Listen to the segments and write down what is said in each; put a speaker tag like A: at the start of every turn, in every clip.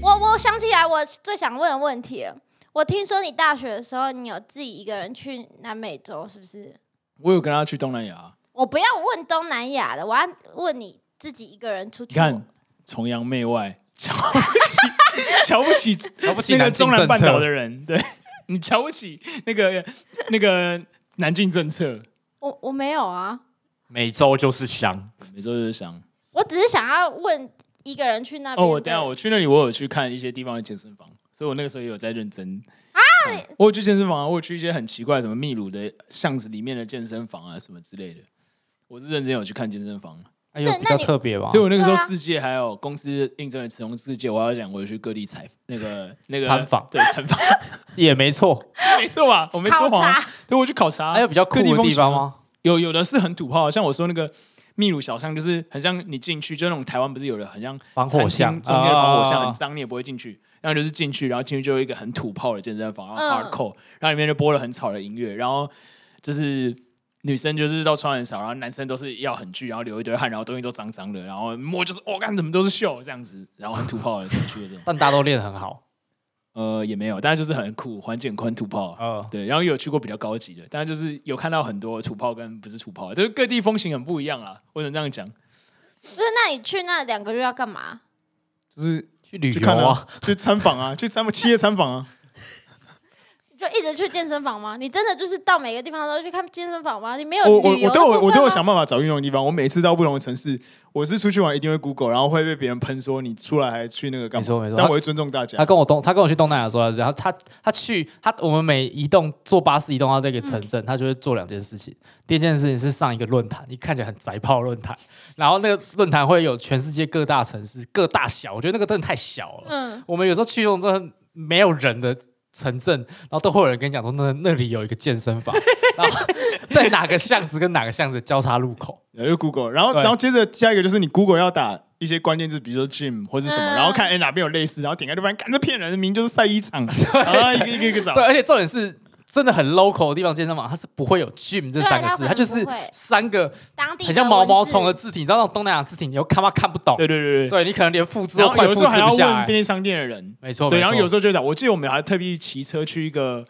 A: 我我想起来，我最想问的问题了，我听说你大学的时候，你有自己一个人去南美洲，是不是？
B: 我有跟他去东南亚，
A: 我不要问东南亚的，我要问你自己一个人出
B: 你
A: 去。
B: 看崇洋媚外，瞧不起 瞧不起
C: 瞧不起
B: 那个
C: 南京
B: 中南半
C: 政策
B: 岛的人，对 你瞧不起那个那个南进政策，
A: 我我没有啊，
C: 每周就是香，
B: 每周就是想
A: 我只是想要问一个人去那边
B: 哦，
A: 的。
B: 我等一下我去那里，我有去看一些地方的健身房，所以我那个时候也有在认真啊、嗯我有去健身房啊，我有去一些很奇怪，什么秘鲁的巷子里面的健身房啊，什么之类的。我是认真有去看健身房，
C: 哎呦
A: 是
C: 比
A: 那
C: 较
A: 你
C: 特别吧
B: 所以？我那个时候
A: 对啊
B: 自介还有公司应征的词从自介，我要讲我有去各地采那 个那个
C: 参访
B: 对参访，
C: 也没错。
B: 没错吧？我没说
A: 考
B: 谎啊，
A: 察，
B: 对，我去考察，
C: 还有比较酷
B: 各
C: 的
B: 风
C: 地
B: 情啊
C: 方？吗？
B: 有有的是很土炮，像我说那个秘鲁小巷，就是很像你进去，就那种台湾不是有的很像
C: 防
B: 餐
C: 火
B: 厅
C: 巷
B: 中间的防火巷
C: 啊，
B: 很脏，你也不会进去。然后就是进去，然后进去就有一个很土炮的健身房，然后
A: 嗯
B: hardcore，、然后里面就播了很吵的音乐，然后就是女生就是都穿很少，然后男生都是要很巨，然后流一堆汗，然后东西都脏脏的，然后摸就是我看、怎么都是秀这样子，然后很土炮的进去的这种
C: 但大家都练得很好。
B: 呃也没有，但是就是很酷，环境很宽土炮，
C: 呃，
B: 对，然后也有去过比较高级的，但就是有看到很多土炮跟不是土炮，就是各地风情很不一样啦。我只能这样讲，
A: 不是？那你去那两个月要干嘛？
B: 就是
C: 去旅
B: 去
C: 游
B: 看
C: 啊，，
B: 去参访啊，去参访企业参访啊。
A: 就一直去健身房吗？你真的就是到每个地方都去看健身房吗？你没有
B: 我我
A: 旅游
B: 我
A: 的
B: 都有
A: 部
B: 我都
A: 分
B: 有
A: 吗啊
B: 想办法找运动的地方。我每次到不同的城市，我是出去玩一定会 Google，然后会被别人喷说你出来还去那个干
C: 没
B: 嘛？
C: 错没错。啊
B: 但
C: 他
B: 我会尊重大家
C: 他。跟我东，他跟我去东南亚的时候，然后他他去他我们每移动坐巴士移动到这个城
B: 嗯
C: 镇，他就会做两件事情。第一件事情是上一个论坛，你看起来很宅炮论坛，然后那个论坛会有全世界各大城市各大小，我觉得那个真的太小了。
A: 嗯，
C: 我们有时候去那种真的没有人的城镇，然后都会有人跟你讲说那那里有一个健 身房，然后在哪个巷子跟哪个巷子交叉路口，
B: 然后就 Google，然后
C: 对
B: 然后接着下一个就是你 Google 要打一些关键字，比如说 gym 或是什么，
A: 嗯
B: 然后看哎哪边有类似，然后点开就发现，干这骗人，明明就是晒衣 场，然后一个一个一个找
C: 对，。而且重点是。真的很 local 的地方健身房，它是不会有 gym 这
A: 对
C: 三个
A: 它
C: 字，
A: 可
B: 啊
A: 能
C: 它就
A: 不
C: 是
A: 会
C: 三个
A: 当地
C: 很像
A: 的
C: 毛
A: 文
C: 毛
A: 字
C: 虫的字体，你知道那种东南亚字体，你又看不看不懂，
B: 对对对对。
C: 对你可能连复制
B: 然
C: 都
B: 后
C: 快
B: 有
C: 复
B: 的
C: 制
B: 时候还要
C: 不下
B: 问
C: 来。
B: 便利商店的人，
C: 没错，
B: 对，然后有
C: 候
B: 时候就会找，我记得我们还特地骑车去一个，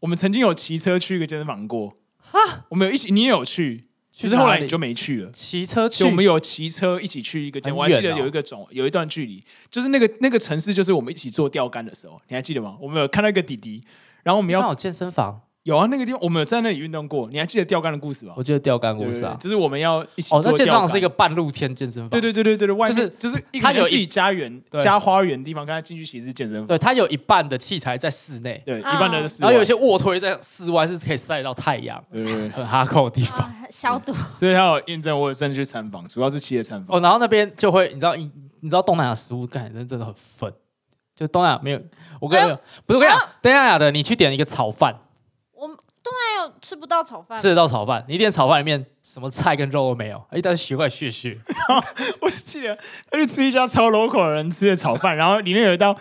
B: 我们曾经有骑车去一个健身房过啊，我们有一起，你也有去，只是后来你就没去了。
C: 骑车去，
B: 就我们有骑车一起去一个健身，我
C: 很
B: 还
C: 远哦
B: 记得有一个转有一段距离，就是那个那个城市，就是我们一起做钓竿的时候，你还记得吗？我们有看到一个弟弟，然后我们
C: 刚
B: 要
C: 好健身房，
B: 有啊，那个地方我们有在那里运动过，你还记得钓竿的故事吧？
C: 我记得钓竿
B: 对
C: 故
B: 对
C: 事
B: 对
C: 啊，。
B: 就是我们要一起
C: 哦
B: 做，
C: 那健身
B: 钓
C: 房
B: 竿
C: 是一个半露天健身房，
B: 对对对对对对，外面
C: 就是
B: 就是一个
C: 它有
B: 有自
C: 一
B: 己家园
C: 对
B: 加花园的地方，刚才进去其实是健身房。
C: 对，它有一半的器材在室内，
B: 对，一
A: 啊
B: 般的是室
C: 然后
B: 外
C: 有一些卧推在室外是可以晒到太阳，
B: 对对对，
C: 很哈扣的地方。
A: 啊消 毒，
B: 所以还有验证我有真的去参访，主要是企业参访。
C: 哦，然后那边就会，你知道，你你知道东南亚食物感觉真的很粉，就东南亚没有，我跟你讲，不是我跟你讲，东南亚的你去点一个炒饭，
A: 我们东南亚吃不到炒饭，
C: 吃得到炒饭，你点炒饭里面什么菜跟肉都没有，哎一袋奇怪屑屑，
B: 我记得他去吃一家超 local 的人吃的炒饭，然后里面有一道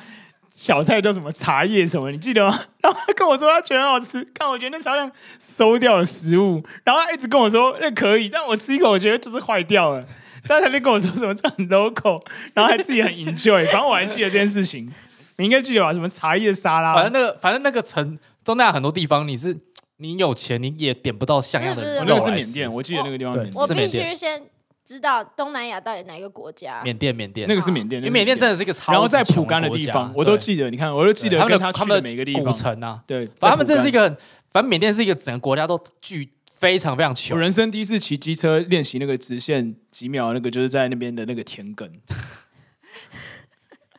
B: 小菜叫什么茶叶什么，你记得吗？ 然后他跟我说他觉得很好吃，看我觉得那超像馊掉的食物，然后他一直跟我说那可以，但我吃一口我觉得就是坏掉了。 但他就跟我说什么这很 local，然后还自己很 enjoy，反正我还记得这件事情，你应该记得吧？什么茶叶沙拉，
C: 反正那个反正那个城东南亚很多地方你是你有钱你也点不到像样
A: 不是
C: 的
B: 我
C: 肉
A: 不
B: 那
C: 来
B: 个
C: 吃，
B: 是缅甸，我记得那个地方是缅
A: 我
B: 甸，
C: 是
A: 必
C: 缅甸
A: 须先知道东南亚到底哪一个国家。
C: 缅甸缅甸
B: 那，个是缅甸，
C: 因
B: 那
C: 为
B: 是
C: 缅甸真的是一个超
B: 然后在
C: 级穷
B: 蒲甘的
C: 国
B: 地
C: 家
B: 方，我都
C: 对
B: 记得。你看，我都记得
C: 对
B: 跟
C: 他
B: 去
C: 们的
B: 每个地
C: 古
B: 方。
C: 城啊，
B: 对，在
C: 反正他们真的是一
B: 蒲甘。
C: 个很，反正缅甸是一个整个国家都巨非常非常穷
B: 我，人生第一次骑机车练习那个直线几秒，那个就是在那边的那个田 埂。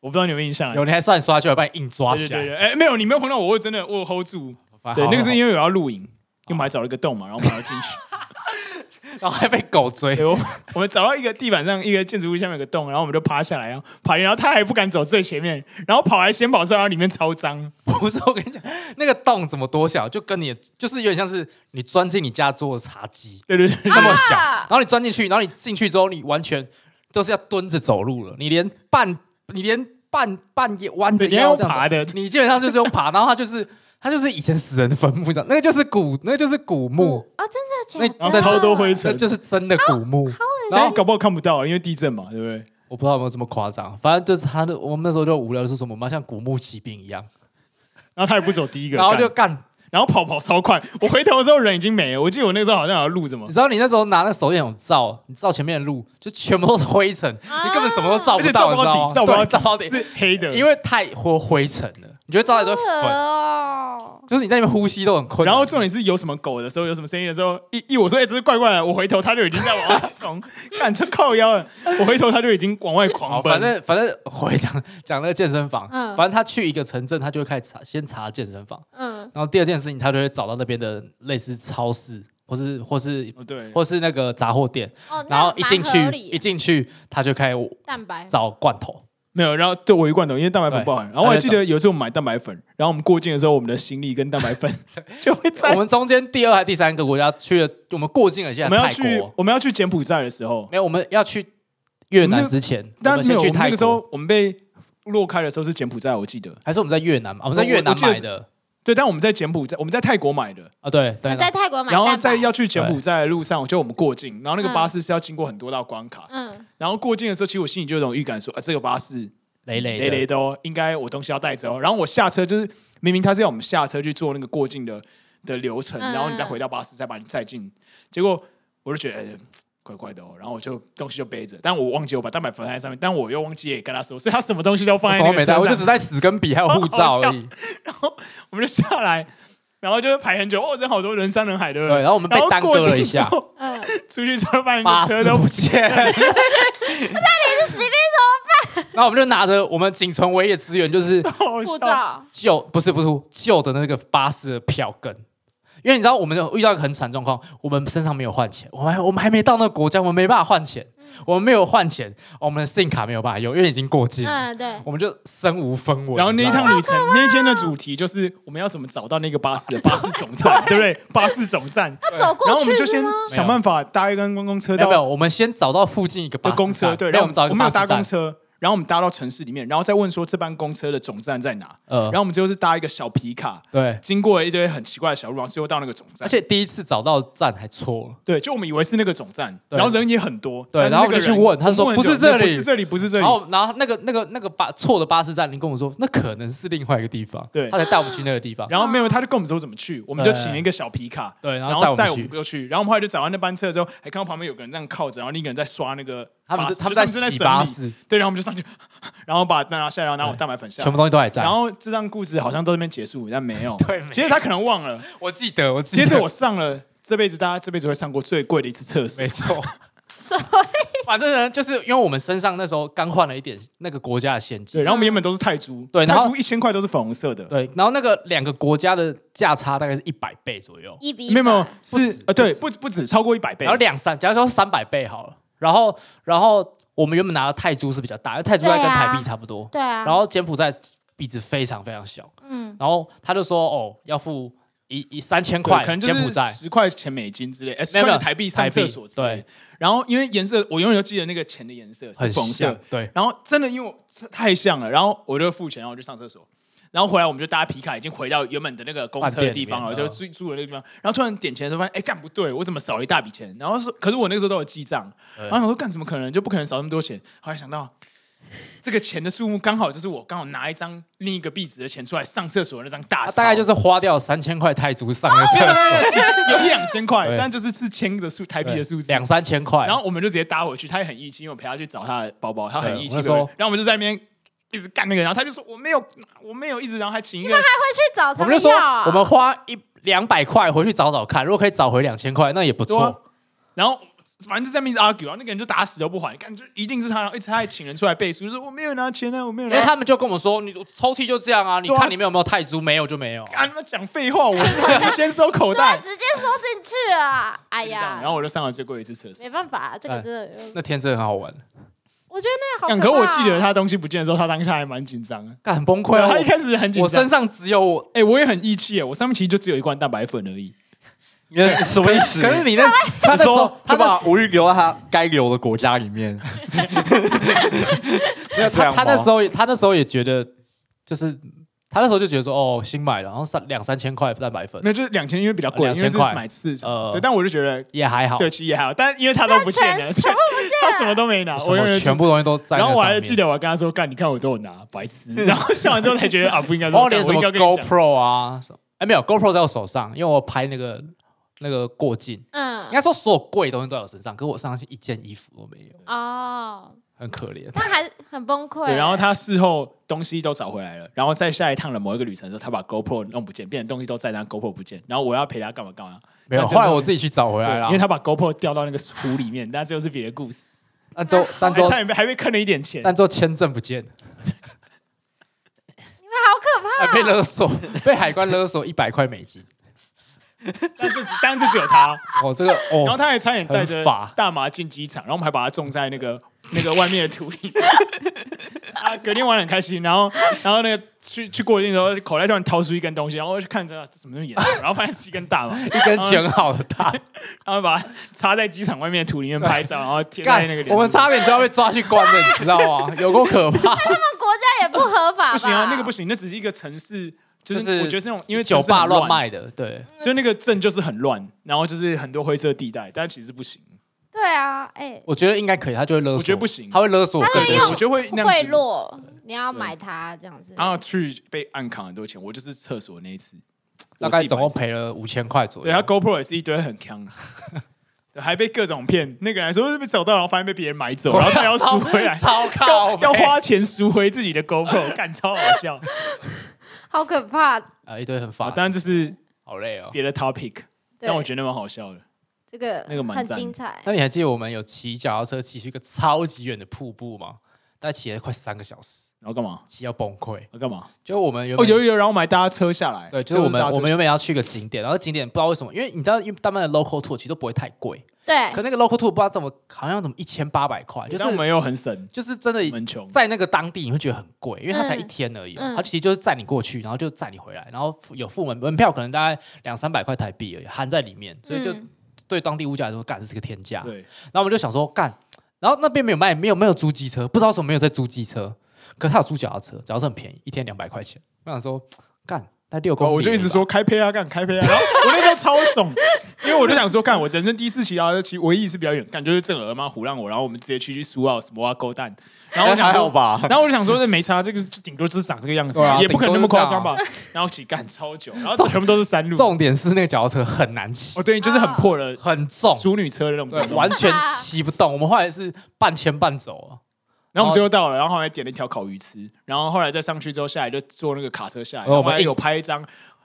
B: 我不知道你有没有印象啊？
C: 有你还算刷就来把你硬抓
B: 对
C: 起
B: 对对，
C: 来。
B: 对哎，没有，你没有碰到我，我真的我有 hold 住。
C: 反正
B: 对，
C: 好
B: 那个是
C: 好
B: 因为我要露营，因为我们还找了一个洞嘛，然后我们要进 去。
C: 然后还被狗追
B: 对，，我我们找到一个地板上一个建筑物下面有个洞，然后我们就趴下来，然后爬进去，然后他还不敢走最前面，然后跑来先跑上，然后里面超脏。
C: 不是我跟你讲，那个洞怎么多小，就跟你的就是有点像是你钻进你家做的茶几
B: 对对对，
C: 那么小，
A: 啊
C: 然后你钻进去，然后你进去之后，你完全都是要蹲着走路了，你连半你连半半夜 弯着
B: 对你要
C: 腰
B: 用
C: 这样
B: 爬
C: 走
B: 的
C: 你基本上就是用爬，然后它就是它就是以前死人的坟墓这样，那个就是古，那个就是古墓，
A: 啊，真的假的？
B: 然后超多灰
C: 那
B: 尘，
C: 就是真的古墓。
B: 然
C: 然
B: 后
C: 后
B: 搞不好看不到，因为地震嘛，对不对？
C: 我不知道有没有这么夸张，反正就是他的，我们那时候就无聊，就说什么我们要像古墓奇兵一样，
B: 然后他也不走第一个，
C: 然后就
B: 干哦
C: 干。
B: 然后跑跑超快，我回头的时候人已经没了。我记得我那个时候好像要录什么
C: 你，知道你那时候拿那手电筒照，你照前面的路，就全部都是灰尘，
A: 啊
C: 你根本什么都照
B: 而且
C: 不
B: 照
C: 到，
B: 不
C: 你知道
B: 到
C: 吗？
B: 底，照不到
C: 对 照不到
B: 底
C: 底，
B: 是黑的，
C: 因为太灰灰尘了，你就会照到一堆
A: 好恶
C: 粉，
A: 哦
C: 就是你在那边呼吸都很困难。
B: 然后重点是有什么狗的时候，有什么声音的时候，一一我说哎、欸这是怪怪的，我回头它就已经在往外冲，干这靠腰了，我回头它就已经往外
C: 好，
B: 狂奔。
C: 反正反正回讲讲那个健身房，
A: 嗯
C: 反正他去一个城镇，他就会开始查，先查健身房，
A: 嗯，
C: 然后第二件事情，他就会找到那边的类似超市，或是或是
B: 哦对，
C: 或是那个杂货店，
A: 哦，
C: 然后一进
A: 那蛮合
C: 去
A: 理
C: 一进去，他就开始
A: 蛋白
C: 找罐 头，
B: 没有，然后对我一罐头，因为蛋白粉
C: 哎对
B: 不好含。然后我还记得有一次我们买蛋白粉，然后我们过境的时候，我们的行李跟蛋白粉 就会在
C: 我们中间第二还第三个国家去了，我们过境了一
B: 我
C: 下
B: 们要
C: 泰
B: 去
C: 国，
B: 我们要去柬埔寨的时候，
C: 没有，我们要去越
B: 我们那
C: 南
B: 个
C: 之前，我
B: 但没
C: 们先
B: 有，我
C: 去
B: 们那
C: 泰
B: 个时
C: 国，
B: 候我们被落开的时候是柬埔寨，我记得。
C: 还是我们在越南嘛？我们在
B: 我
C: 越南
B: 我记得
C: 买
B: 是
C: 的
B: 对，但我们在柬埔寨，我们在泰国买的，
C: 啊，对对
A: 我，在泰国买
B: 然
A: 蛋白，
B: 后在要去柬埔寨的路上，就我们过境，然后那个巴士是要经过很多道关卡，
A: 嗯，
B: 然后过境的时候，其实我心里就有种预感说，啊，这个巴士
C: 雷雷
B: 雷雷
C: 的
B: 的哦，应该我东西要带走哦。然后我下车就是明明他是要我们下车去做那个过境的的流程，
A: 嗯
B: 然后你再回到巴士再把你载进，结果我就觉得。哎怪怪的哦，然后我就东西就背着，但我忘记我把蛋白粉放在上面，但我又忘记也跟他说，所以 他什么东西都放
C: 我
B: 在
C: 什
B: 那
C: 么
B: 个
C: 没
B: 车
C: 带，
B: 上。
C: 我就只带纸跟笔还有护照而已。
B: 我们就下来，然后就排很久，哦，人好多人山人海，对不
C: 对，
B: 对？
C: 然后我们被
B: 然后
C: 耽
B: 过
C: 搁
B: 境
C: 了一下
B: 之，后，
A: 嗯，
B: 出去之后发现
C: 巴
B: 车
C: 士
B: 都
C: 不见。那你的行李怎么 办？然后我们就拿着我们仅存唯一的资源，就是
B: 好
A: 护
B: 笑。
A: 照，
C: 旧不是不是旧的那个巴士的票根，因为你知道我们有遇到一个很惨状况，我们身上没有换钱，我们还我们还没到那个国家，我们没办法换钱，我们没有换钱，我们的信卡没有办法用，因为已经过境了，
A: 嗯，对，
C: 我们就身无分文。
B: 然后那一
C: 你知道吗
B: 趟旅程，那一天的主题就是我们要怎么找到那个巴士 的巴士总站，对不对？巴士总站，
A: 要走
B: 然后
A: 过
B: 我们就
A: 去是
B: 先
A: 吗？
B: 想办法搭一根观光车
C: 没有
B: 到
C: 没有，我们先找到附近一个巴
B: 的
C: 士
B: 公车，
C: 站
B: 对，
C: 没
B: 然
C: 有
B: 后
C: 我们找
B: 我
C: 一个
B: 们
C: 巴
B: 有搭
C: 士站
B: 公，车，然后我们搭到城市里面，然后再问说这班公车的总站在哪，
C: 呃
B: 然，后我们最后是搭一个小皮卡，
C: 对，
B: 经过一堆很奇怪的小路，然后最后到那个总
C: 而
B: 站。
C: 且第一次找到站还错了。
B: 对，就我们以为是那个总站，
C: 对
B: 然后人也很多，
C: 对
B: 但是
C: 然后
B: 那个
C: 我就去
B: 人
C: 问他说
B: 我们问
C: 不是
B: 很久
C: 这里
B: 不是这里，不是这里
C: 然，后，然后那个那个那个巴错的巴士站，你跟我说那可能是另外一个地方，
B: 对
C: 他才带我们去那个地方，
B: 然后没有，他就跟我们说怎么去，我们就请了一个小皮卡，
C: 对，然
B: 然
C: 后
B: 后
C: 载
B: 载
C: 我
B: 我
C: 们
B: 们
C: 去，
B: 过去，然后我们后来就载完那班车之后，还看到旁边有个人这样靠着，然后另一个人在刷那个
C: 他们
B: 巴
C: 就
B: 士
C: 他们
B: 就
C: 在
B: 是
C: 洗
B: 整理
C: 巴，士，
B: 对，然后我们就上去， 然后把蛋拿下来，然后拿我
C: 对
B: 蛋白粉下
C: 全
B: 来
C: 部，东西都还在。
B: 然后这段故事好像到这边结束，但没有，
C: 对，没
B: 其实他可能忘了，
C: 我记得，我记
B: 其
C: 得，
B: 实我上了这辈子大家这辈子会上过最贵的一次厕所
C: 没，错。
A: 什么
C: 反正呢，就是因为我们身上那时候刚换了一点那个国家的现
B: 对，
C: 金，
B: 然后我们原本都是泰铢，
C: 啊对然
B: 泰
C: 后
B: 铢一千块都是粉红色的，
C: 对，然后那个两个国家的价差大概是一百倍左右，
A: 一比一
B: 没有没有
A: 百
B: 是呃对不不止超过一百倍
C: 然后，两三，假如说三百倍好了，然后然后我们原本拿的泰铢是比较大，因为泰铢大概跟
A: 对啊
C: 台币差不多，
A: 对啊，
C: 然后柬埔寨币值非常非常小，
A: 嗯，
C: 然后他就说哦要付一一三千
B: 对
C: 块，
B: 可能就
C: 柬埔
B: 是
C: 寨
B: 十块钱美金之类，哎十
C: 没有
B: 块
C: 没有
B: 钱台币上
C: 台币
B: 厕所之类的，然后因为颜色我永远都记得那个钱的颜色是
C: 很
B: 粉红色
C: 像，，对，
B: 然后真的因为我这太像了，然后我就付钱，然后我就上厕所，然后回来我们就搭皮卡已经回到原本的那个公车的地方了，
C: 饭
B: 就
C: 店里面
B: 住住的那个地方，然后突然点钱的时候发现，哎干不对，我怎么少了一大笔钱？然后说，可是我那个时候都有记账，
C: 对
B: 然后想说干怎么可能，就不可能少那么多钱。后来想到。这个钱的数目刚好就是我刚好拿一张另一个币值的钱出来上厕所的那张大
C: 他
B: 钞，
C: 大概就是花掉三千块泰铢上个
B: 没有没
C: 厕
B: 有
C: 所
B: 没有其实有一两千块，
C: 对
B: 但就是是千的数台币的数字，
C: 两三千块，
B: 然后我们就直接搭回去，他也很义气，因为我陪他去找他的包包，他很义气。
C: 对我就
B: 对不对
C: 说
B: 然后我们就在那边一直干那个，然后他就说我没有，我没有，一直然后还请一 个，
A: 会去找
C: 我
A: 他
C: 们就说
A: 要啊
C: 我们花一两百块回去找找看，如果可以找回两千块，那也不
B: 对啊
C: 错。
B: 然后反正就在那边一直 argue，然后那个人就打死都不还，感觉一定是他，然后一直他还请人出来背书，就说我没有拿钱啊，我没有
C: 因
B: 拿
C: 为
B: 钱。
C: 他们就跟我说，你抽屉就这样啊，你
B: 对啊
C: 看里面有没有泰铢，没有就没有。
B: 啊，他妈讲废话，我是他先收口袋。
A: 啊直接收进去啊！ 哎
B: 这样
A: 呀，
B: 然后我就上了最贵一次厕所。
A: 没办法，啊这个
C: 哎
A: 真的，
C: 那天真的很好玩，
A: 我觉得那 个好
B: 但
A: 可
B: 可
A: 怕啊
B: 我记得他东西不见的时候，他当下还蛮紧张的。
C: 干很崩溃
B: 对，
C: 啊！
B: 他一开始很
C: 我
B: 紧
C: 我
B: 张
C: 身。上只有我，
B: 哎，我也很义气耶，我上面其实就只有一罐蛋白粉而已。
D: 你什么意思？
C: 可是你那他
D: 你
C: 那时候
D: 说
C: 他
D: 就
C: 那时
D: 把无语留在他该留的国家里面。没有
C: 他他那时候也他那时候也觉得，就是他那时候就觉得说，哦，新买了，然后三两三千块蛋白粉
B: 那就是两千，因为比较贵，
C: 2000
B: 因为是
C: 块
B: 买市场。
C: 呃
B: 对，但我就觉得
C: 也还好，
B: 对，其实也还好，但因 为他都不见了，
A: 全啊
B: 对他什么都没拿，
C: 什
B: 我永
C: 么
B: 远
C: 全。部东西都在
B: 然
C: 那上面。
B: 后我还记得我还跟他说：“干，你看我都有拿，白 痴。”然后笑完之后才觉得啊，不应该
C: 然后
B: 说，干
C: 连什
B: 我应
C: 么
B: 该跟你讲。
C: GoPro 啊，什么哎没有 GoPro 在我手上，因为我拍那个那个过境，应
A: 嗯，
C: 该说所有贵的东西都在我身上，可我身上是一件衣服都没有，
A: 哦，
C: 很可怜。
A: 那还很崩溃欸。
B: 对，然后他事后东西都找回来了，然后在下一趟的某一个旅程的时候，他把 GoPro 弄不见，变成东西都在，但 GoPro 不见，然后我要陪他干嘛干嘛，
C: 没有，
B: 那就
C: 后来我自己去找回来
B: 对，
C: 了，
B: 因为他把 GoPro 掉到那个湖里面，那这就是别的故事，
C: 但 之后但之
B: 还
C: 后
B: 差点被还被坑了一点钱，
C: 但之后签证不见了，
A: 你们好可怕
C: 哎被勒索，被海关勒索一百块美金。
B: 但这只但这只有他哦，
C: 哦， 这个
B: 然后
C: 哦，
B: 他还差点带着
C: 很法
B: 大麻进机场，然后我们还把他种在那个 那个外面的土里。 啊，隔天玩得很开心，然后然后那个去去过境的时候，口袋突然掏出一根东西，然后我就看着啊这什么东西眼熟，然后发现是一根大麻，
C: 一根剪好的大
B: 嗯然后把它插在机场外面的土里面拍 照，然后贴在
C: 干
B: 那个脸，书。
C: 我们差点就要被抓去关了，你知道吗？有够可怕。
A: 他们国家也不合法吧？
B: 不行啊，那个不行，那只是一个城市，就
C: 就是
B: 是我觉得是那种因为
C: 酒
B: 城市很
C: 吧乱，卖的，对，
B: 就那个镇就是很乱，然后就是很多灰色地带，但其实不行，
A: 对啊，哎，
C: 我觉得应该可以，他就会勒索。
B: 我觉得不行
C: 他会勒索我
A: 他
C: 更
A: 会
C: 多
A: 用
B: 我觉得会那样子
A: 贿赂，你要买它这样子。
B: 然后去被暗扛很多钱，我就是厕所那一次，
C: 大概
B: 我自己
C: 总共
B: 白痴
C: 赔了五千块左右。
B: 对他 GoPro 也是一堆很坑的。对还被各种骗，那个人还说是被找到，然后发现被别人买走，然后他要赎回来，
C: 超靠
B: 要
C: 背
B: 要花钱赎回自己的 GoPro，干超好笑。
A: 好可怕。
C: 啊一堆很
B: 啊
C: 烦，，
B: 当然这是
C: 好累哦。
B: 别的 topic，
A: 对
B: 但我觉得蛮好笑的。
A: 这个
B: 那个蛮
A: 很
B: 赞
A: 精彩。
C: 那你还记得我们有骑脚踏车骑去一个超级远的瀑布吗？大概骑了快三个小时，
B: 然后干嘛？
C: 骑到崩溃。
B: 要干嘛？
C: 就我们原
B: 哦，
C: 本
B: 有有，然后我们还搭车下来。
C: 对，就是我们
B: 搭车
C: 我们
B: 下
C: 原本要去一个景点，然后景点不知道为什么，因为你知道，因为大部分的 local tour 其实都不会太贵，
A: 对
B: 啊
C: 可，那个 local tour 不知道怎么好像怎么一千八百块，就
B: 但我
C: 是
B: 们又很省，
C: 就是真的
B: 我们穷。
C: 在那个当地你会觉得很贵，因为它才
A: 嗯
C: 一天而已、啊，
A: 嗯
C: 它其实就是载你过去，然后就载你回来，然后付有付门门票可能大概两三百块台币而已，含在里面，所以就
A: 嗯
C: 对当地物价来说，干这是个天价。
B: 对，
C: 然后我们就想说干，然后那边没有卖，没有没有租机车，不知道为什么没有在租机车，可他有租脚踏车，脚踏车很便宜，一天两百块钱。我想说干，那六公里
B: 哦我就一直
C: 吧
B: 说开配啊，干开配啊。然后我那时候超怂，因为我就想说，干我人生第一次骑到，骑唯一一次比较远，干就是郑儿妈胡让我，然后我们直接去去苏澳什么挖沟蛋。然后我想
C: 哎
D: 还好
B: 说，
D: 吧，
B: 然后我就想说，这没差，这个就顶多就是长这个样子
C: 对
B: 嘛，
C: 啊
B: 也不可能那么
C: 顶多
B: 夸
C: 是这啊
B: 张
C: 样
B: 吧。然后骑干超久，然后全部都是山路。
C: 重点是那个脚踏车很难骑
B: 哦，，对，就是很破的
C: 很重，
B: 淑女车的那种
C: 啊对
B: 感，觉。
C: 完全骑不动。我们后来是半牵半走啊。
B: 然后我们最后到了，然后后来点了一条烤鱼吃，然后后来再上去之后下来就坐那个卡车下来，
C: 哦
B: 然后
C: 我们
B: 还
C: 硬
B: 有拍一张。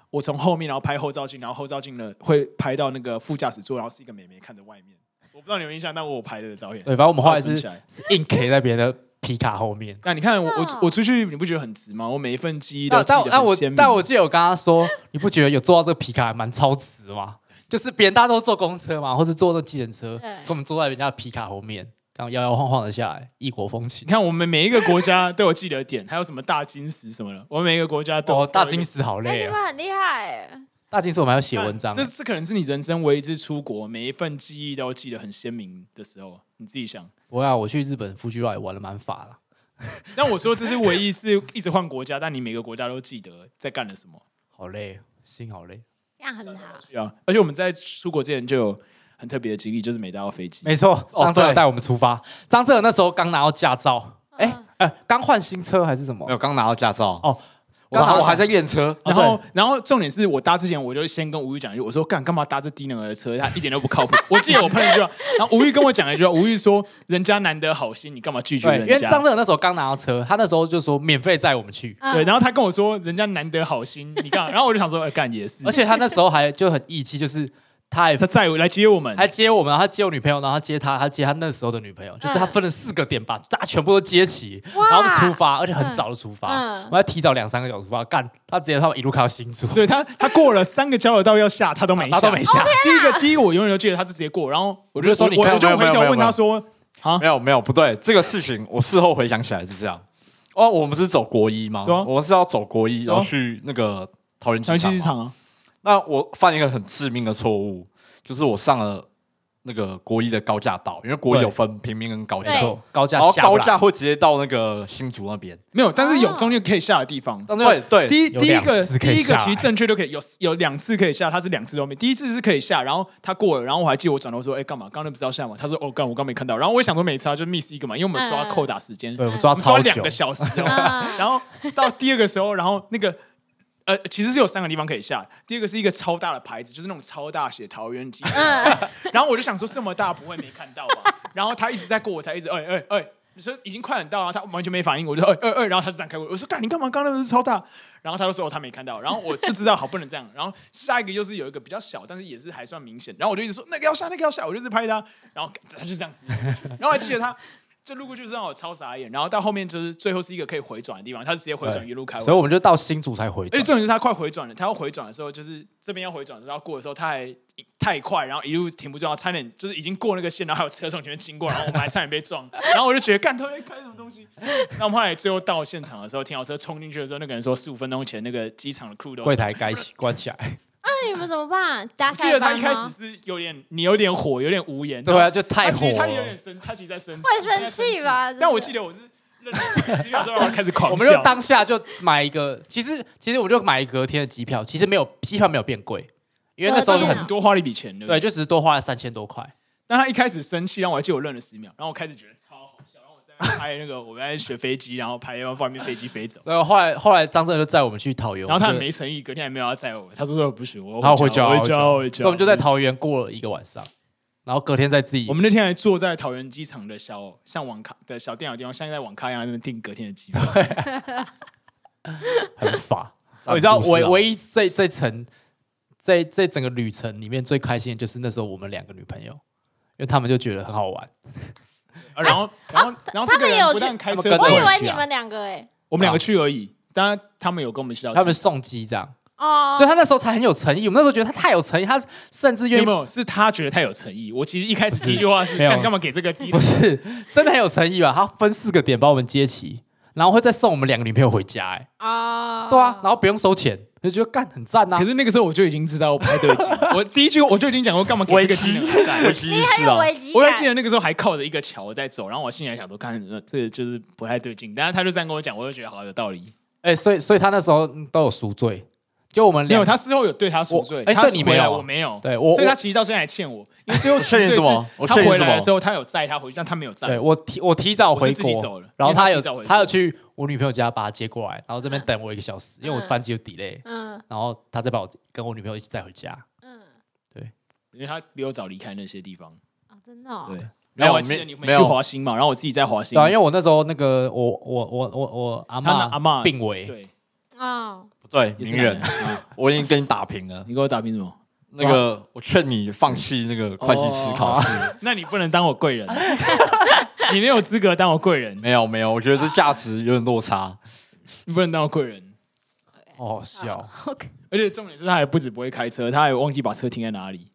B: 我从后面，然后拍后照镜，然后后照镜呢会拍到那个副驾驶座，然后是一个美眉看着外面。我不知道你有没有印象，但我有拍的照片。
C: 对，反正我们后来
B: 把它存
C: 是
B: 起来
C: 是硬 K 在别人的皮卡后面。
B: 那你看我
A: 真的哦
B: 我我出去，你不觉得很值吗？我每一份记忆都
C: 但
B: 记得
C: 但但
B: 很
C: 我
B: 鲜明
C: 但我记得我跟他说，你不觉得有坐到这个皮卡还蛮超值吗？就是别人大家都坐公车嘛，或是坐那计程车，
A: 对
C: 跟我们坐在人家的皮卡后面，这样摇摇晃晃的下来，异国风情
B: 你。看我们每一个国家都有记得点，还有什么大金石什么的，我们每一个国家都有
C: 哦，大金
B: 石。
C: 石好
A: 那你
C: 累啊！
A: 们很厉害欸，
C: 大金石我们还要写文章
B: 啊这，这可能是你人生唯一一次出国，每一份记忆都记得很鲜明的时候，你自己想。
C: 我啊，我去日本富居也玩的蛮法了。
B: 但我说这是唯一一次一直换国家，但你每个国家都记得在干了什么。
C: 好累，哦心好累。
A: 这样很好。
B: 对啊，而且我们在出国之前就有很特别的经历，就是没搭到飞机。
C: 没错，
D: 哦
C: 张哲
D: 对
C: 尔带我们出发。张哲尔那时候刚拿到驾照，哎
A: 嗯
C: 呃，刚换新车还是什么
D: 没？有刚拿到驾照
C: 哦，
D: 我
C: 刚拿到
D: 还我还在验车，
B: 然
C: 啊
B: 后，然后重点是我搭之前，我就先跟吴玉讲一句，我说干干嘛搭这低能儿的车，他一点都不靠谱。我记得我喷了一句话，然后吴玉跟我讲了一句话，吴玉说人家难得好心，你干嘛拒绝
C: 对，
B: 人
C: 因为
B: 家
C: 张？哲尔那时候刚拿到车，他那时候就说免费载我 们去，
B: 对，然
A: 后
B: 后他跟我说人家难得好心，你干嘛？然后我就想说，哎干也是，
C: 而且他那时候还就很义气，就是他还
B: 他载我来接我们，
C: 还接我们，他接我女朋友，然后他接他，他接他那时候的女朋友，
B: 嗯
C: 就是他分了四个点把大家全部都接齐，然后我们出发，而且很早就出发，
A: 嗯嗯
C: 我们还提早两三个小时出发，干他直接他们一路开到新竹，
B: 对他，他过了三个交流道要下，他都没下，
C: 他都没下哦
A: 啊
B: 第一个，第一个我永远都记得他是直接过，然后我
C: 我就说你
B: 我
C: 看
B: 我就
C: 没
B: 回
C: 有没
B: 头
C: 有
B: 问他说啊
D: 没，有没有不对，这个事情我事后回想起来是这样。哦，我们是走国一吗？
B: 对啊
D: 我们是要走国一，
B: 对啊
D: 然后去那个桃园
B: 小
D: 机
B: 西
D: 场
B: 机
D: 嘛。
B: 场啊，
D: 那我犯一个很致命的错误，就是我上了那个国一的高架道，因为国一
C: 对
D: 有分平民跟高架
A: 对，
C: 错，高架
D: 然后
C: 下不
D: 高
C: 来
D: 架会直接到那个新竹那边。
B: 没有，但是有
A: 哦
B: 中间可以下的地方。
C: 当
D: 对
C: 然
D: 对，
B: 第一
C: 有
B: 第一个
C: 两次可以
B: 第一个
C: 下来
B: 其实正确都可以有有两次可以下，他是两次都没。第一次是可以下，然后他过了，然后我还记得我转头说：“哎，干嘛？刚刚那不是要下吗？”他说：“哦，干，我刚没看到。”然后我也想说没差，就 miss 一个嘛，因为我们抓
A: 嗯
B: 扣打时间，
C: 对我们抓
B: 我们抓
C: 超
B: 两
C: 久
B: 个，小时哦。
A: 啊
B: 然后到第二个时候，然后那个呃，其实是有三个地方可以下。第二个是一个超大的牌子，就是那种超大写桃园 机。
A: 嗯，
B: 然后我就想说，这么大不会没看到吧？然后他一直在过，我才一直哎哎哎，你说已经快很到了，他完全没反应，我就哎哎哎，然后他就展开我，我说干你干嘛？刚刚那个是超大。然后他就说哦，他没看到。然后我就知道好不能这样。然后下一个又是有一个比较小，但是也是还算明显。然后我就一直说那个要下，那个要下，我就一直拍他。然后他就这样子，然后还记得他。就路过去是让我超傻眼，然后到后面就是最后是一个可以回转的地方，他是直接回转
C: 对
B: 一路开回来哎
C: 所以我们就到新竹才回
B: 而且
C: 转。
B: 重点是他快回转了，他要回转的时候，就是这边要回转的时候，要过的时候，他还太快，然后一路停不住，然后差点就是已经过那个线，然后还有车从前面经过，然后我们还差点被撞，然后我就觉得干他在开什么东西。那我们后来最后到现场的时候，停好车冲进去的时候，那个人说十五分钟前那个机场的 crew 都
C: 柜台该关起来，
A: 那你们怎么办？打
B: 我
A: 下
B: 记得他
A: 班
B: 一开
A: 吗
B: 始？是有点你有点火，有点无言，
C: 对啊，就太
B: 他
C: 火
B: 其实他有
C: 了
B: 点。生，他其实在生气，
A: 会
B: 他在
A: 生气？吧？
B: 但我记
A: 真的
B: 得我是认真听到之后然 后开始狂
C: 我
B: 笑，
C: 们就当下就买一个，其实其实我就买隔天的机票，其实没有机票没有变贵，因为那时候
B: 呃但
A: 隔
B: 是嗯我
C: 是
A: 天
C: 很
A: 啊
B: 们多花了一笔钱，对不对
C: 对，就只是多花了三千多块。
B: 但他一开始生气，让我还记得我愣了十秒，然后我开始觉得超好笑，然后我在那边拍那个我们在学飞机，然后拍要外面飞机飞走，
C: 然后后来后来张震就载我们去桃园，
B: 然后他
C: 我
B: 很
C: 们就
B: 没诚意，隔天还没有要载我，他说说不许我，
C: 然后
B: 回
C: 回家
B: 我
C: 回
B: 家，
C: 家
B: 我回家，
C: 所以我们就在。桃园过了一个晚上，然后隔天再自己
B: 我们那天还坐在桃园机场的小像网咖的小电脑地方，像在网咖一样在那边订隔天的 机票。
C: 很法。
D: 咱们
C: 我哦知道
D: 不是
C: 唯
D: 啊
C: 唯一这这层在这整个旅程里面最开心的就是那时候我们两个女朋友，因为他们就觉得很好玩，
B: 啊然后，然后，然后
A: 他
B: 这个
A: 们也有
B: 人
A: 去
B: 不但开车
C: 他们
B: 带
C: 跟着
A: 我以
B: 我
C: 回
A: 为
C: 去
A: 你
C: 啊
A: 们两个哎，
B: 我们两个去而已，当然他们有跟我们去到机场，
C: 他们送机这样，
A: 哦，
C: 所以他那时候才很有诚意。我们那时候觉得他太有诚意，他甚至愿
B: 有
C: 意
B: 没有？是他觉得太有诚意。我其实一开始
C: 不是
B: 第一句话是
C: 没有
B: 干干嘛给这个低
C: 不是，真的很有诚意吧？他分四个点把我们接齐，然后会再送我们两个女朋友回家、哎，
A: 啊，
B: 哦
C: 对啊，然后不用收钱，就觉得干很赞呐、啊
B: 可是那个时候我就已经知道我不太对劲，我第一句我就已经讲过干嘛给这个技能还在
D: 危机意
A: 你很
D: 识
A: 有
D: 啊，
A: 危机
B: 我还
A: 感
B: 记。得那个时候还靠着一个桥在走，然后我心里还想说，看这个就是不太对劲，但是他就这样跟我讲，我就觉得好有道理。
C: 哎、所以所以他那时候嗯都有赎罪，就我们
B: 没
C: 两
B: 有，他事后有对他赎罪，
C: 我哎
B: 他
C: 对你
B: 回
C: 没
B: 来
C: 有啊
B: 我没有，
C: 对我
B: 所以他
C: 我
B: 其实到现在还欠我，因为最后赎罪
D: 欠你
B: 是
D: 什么我
B: 他
D: 欠你
B: 回
D: 什
B: 来的
D: 么
B: 时候他有载他回去，但他没有载
C: 对。我提我提早
B: 我
C: 回
B: 是自己走
C: 国
B: 了，
C: 然
B: 因
C: 后
B: 为他
C: 他
B: 提
C: 有
B: 早回
C: 他
B: 国
C: 有去我女朋友家把他接过来，然后这边
A: 嗯
C: 等我一个小时，因为我班机有 delay，
A: 嗯
C: 然后他再把我跟我女朋友一起载回家。
A: 嗯，
B: 因为他比我早离开那些地方。
A: 哦，真的哦
B: 对，
D: 没有
B: 然后我还记得
D: 没
B: 你们
D: 没
B: 去
D: 有
B: 华兴嘛，然后我自己在华兴，
C: 对啊，因为我那时候那个我我我我我阿
B: 他
C: 妈
B: 那阿嬷
C: 病危，
B: 对，
A: 哦，
D: 不对，
B: 也是
D: 名
B: 男
D: 人
B: 人，，嗯
D: 我已经跟你打平 了。
B: 你给我打拼什么？
D: 那个，我劝你放弃那个会计思
B: 哦
D: 考试。
B: 那你不能当我贵人，你没有资格当我贵人，
D: 没有没有，我觉得这价值有点 落差。
B: 你不能当我贵人。
C: 哦好笑，
A: ，OK，
B: 而且重点是，他还不止不会开车，他还忘记把车停在哪里。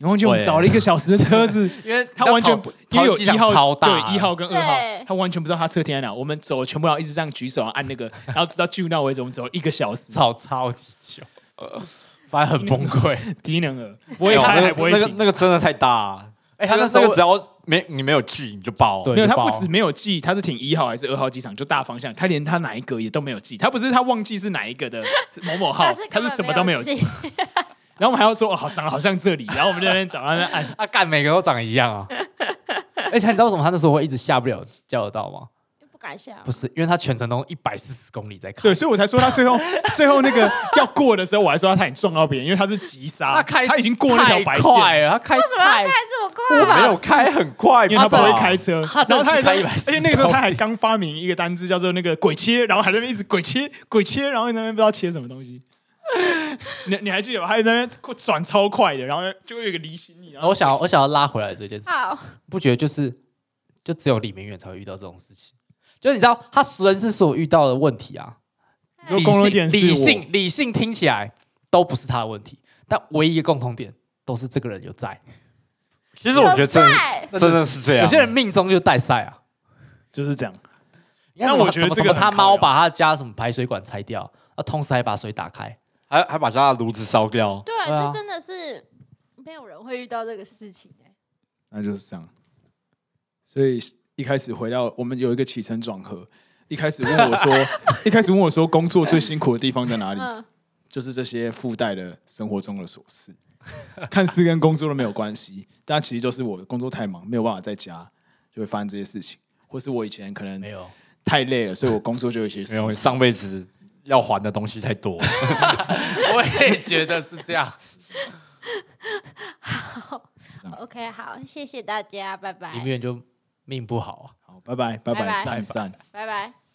B: 你忘记我们找了一个小时的车子，
C: 因为
B: 他完全
C: 跑
B: 不，因为有
C: 跑机
B: 一
C: 场
B: 号
C: 超大，
B: 对一号跟二号
A: 对，
B: 他完全不知道他车停在哪。我们走，全部要一直这样举手然后按那个，然后直到进入到为止，我们走了一个小时，
C: 超超级久，反正很崩溃。
B: 低能儿，不会
D: 没
B: 开
D: 有
B: 还不会
D: 那个那个
B: 停。
D: 那个真的太大啊。
C: 哎，他那时
D: 那个
C: 候
D: 只要没你没有记你就爆。
C: 对
B: 没有，
C: 就
B: 他
C: 爆
B: 不止没有记，他是停一号还是二号机场，就大方向，他连他哪一个也都没有记。他不是他忘记是哪一 个的某某号
A: 但，
B: 他是
A: 根
B: 什
A: 本
B: 么都没有
A: 记
B: 记。，然后我们还要说，哦，好长好像这里，然后我们在那边找，然后在那 边按。
C: 啊，干每个都长一 样啊。而且哎你知道为什么他那时候会一直下不了叫得到吗？
A: 不敢想
C: 不。是，因为他全程都一百四十公里在开
B: 对，，所以我才说他最后 最后那个要过的时候，我还说他差点撞到别人，因为他是急刹，
C: 啊他开
B: 已经过那条白
C: 太快
B: 线，
C: 了，他开
A: 为什么要
C: 太
A: 开这么
D: 我
A: 快？
D: 没有开很快，
B: 因为他不
C: 他
B: 会
C: 真的
B: 开车，
C: 他
B: 然
C: 真
B: 后
C: 的
B: 他
C: 是
B: 还在，
C: 开
B: 而且那个时候他还刚发明一个单字叫做那个鬼切，然后还在那边一直鬼切鬼切，然后在那边不知道切什么东西。你你还记得吗？还在那边转超快的，然后就会有一个离心力，然
C: 然后
B: 后
C: 我想要，我想要拉回来这件事，
A: 好，
C: 不觉得就是就只有李明远才会遇到这种事情？就是你知道，他人生所遇到的问题啊，
A: 哎
B: 你说
C: 理
B: 公路
C: 性
B: 电视
C: 理
B: 我
C: 性理性听起来都不是他的问题，但唯一一个共同点都是这个人有在。
D: 其实我觉得真的
A: 在
D: 真的是这样。
C: 有些人命中就带赛啊，
B: 就是这样。
C: 你
B: 但
C: 看什么
B: 我觉得
C: 什么
B: 这个
C: 什么他
B: 很靠腰
C: 猫把他家什么排水管拆掉，啊，同时还把水打开，
D: 还还把家的炉子烧掉，
A: 对，
C: 对啊
A: 这真的是没有人会遇到这个事情哎、
B: 那就是这样。所以一开始回到我们有一个起承转合，一开始问我 说，一开始问我说工作最辛苦的地方在哪里？
A: 嗯，
B: 就是这些附带的生活中的琐事，看似跟工作都没有关系，但其实就是我工作太忙，没有办法在家，就会发生这些事情，或是我以前可能
C: 没有，
B: 太累了，所以我工作就有一些
D: 没有，上辈子要还的东西太多。
C: 我也觉得是这 样。
A: 好，OK，好，
D: 嗯
A: 谢谢大家，拜拜
C: 你，们就命不好啊。
B: 好，拜拜，拜
A: 拜
B: 拜，
A: 拜
B: 赞赞。
A: 拜拜。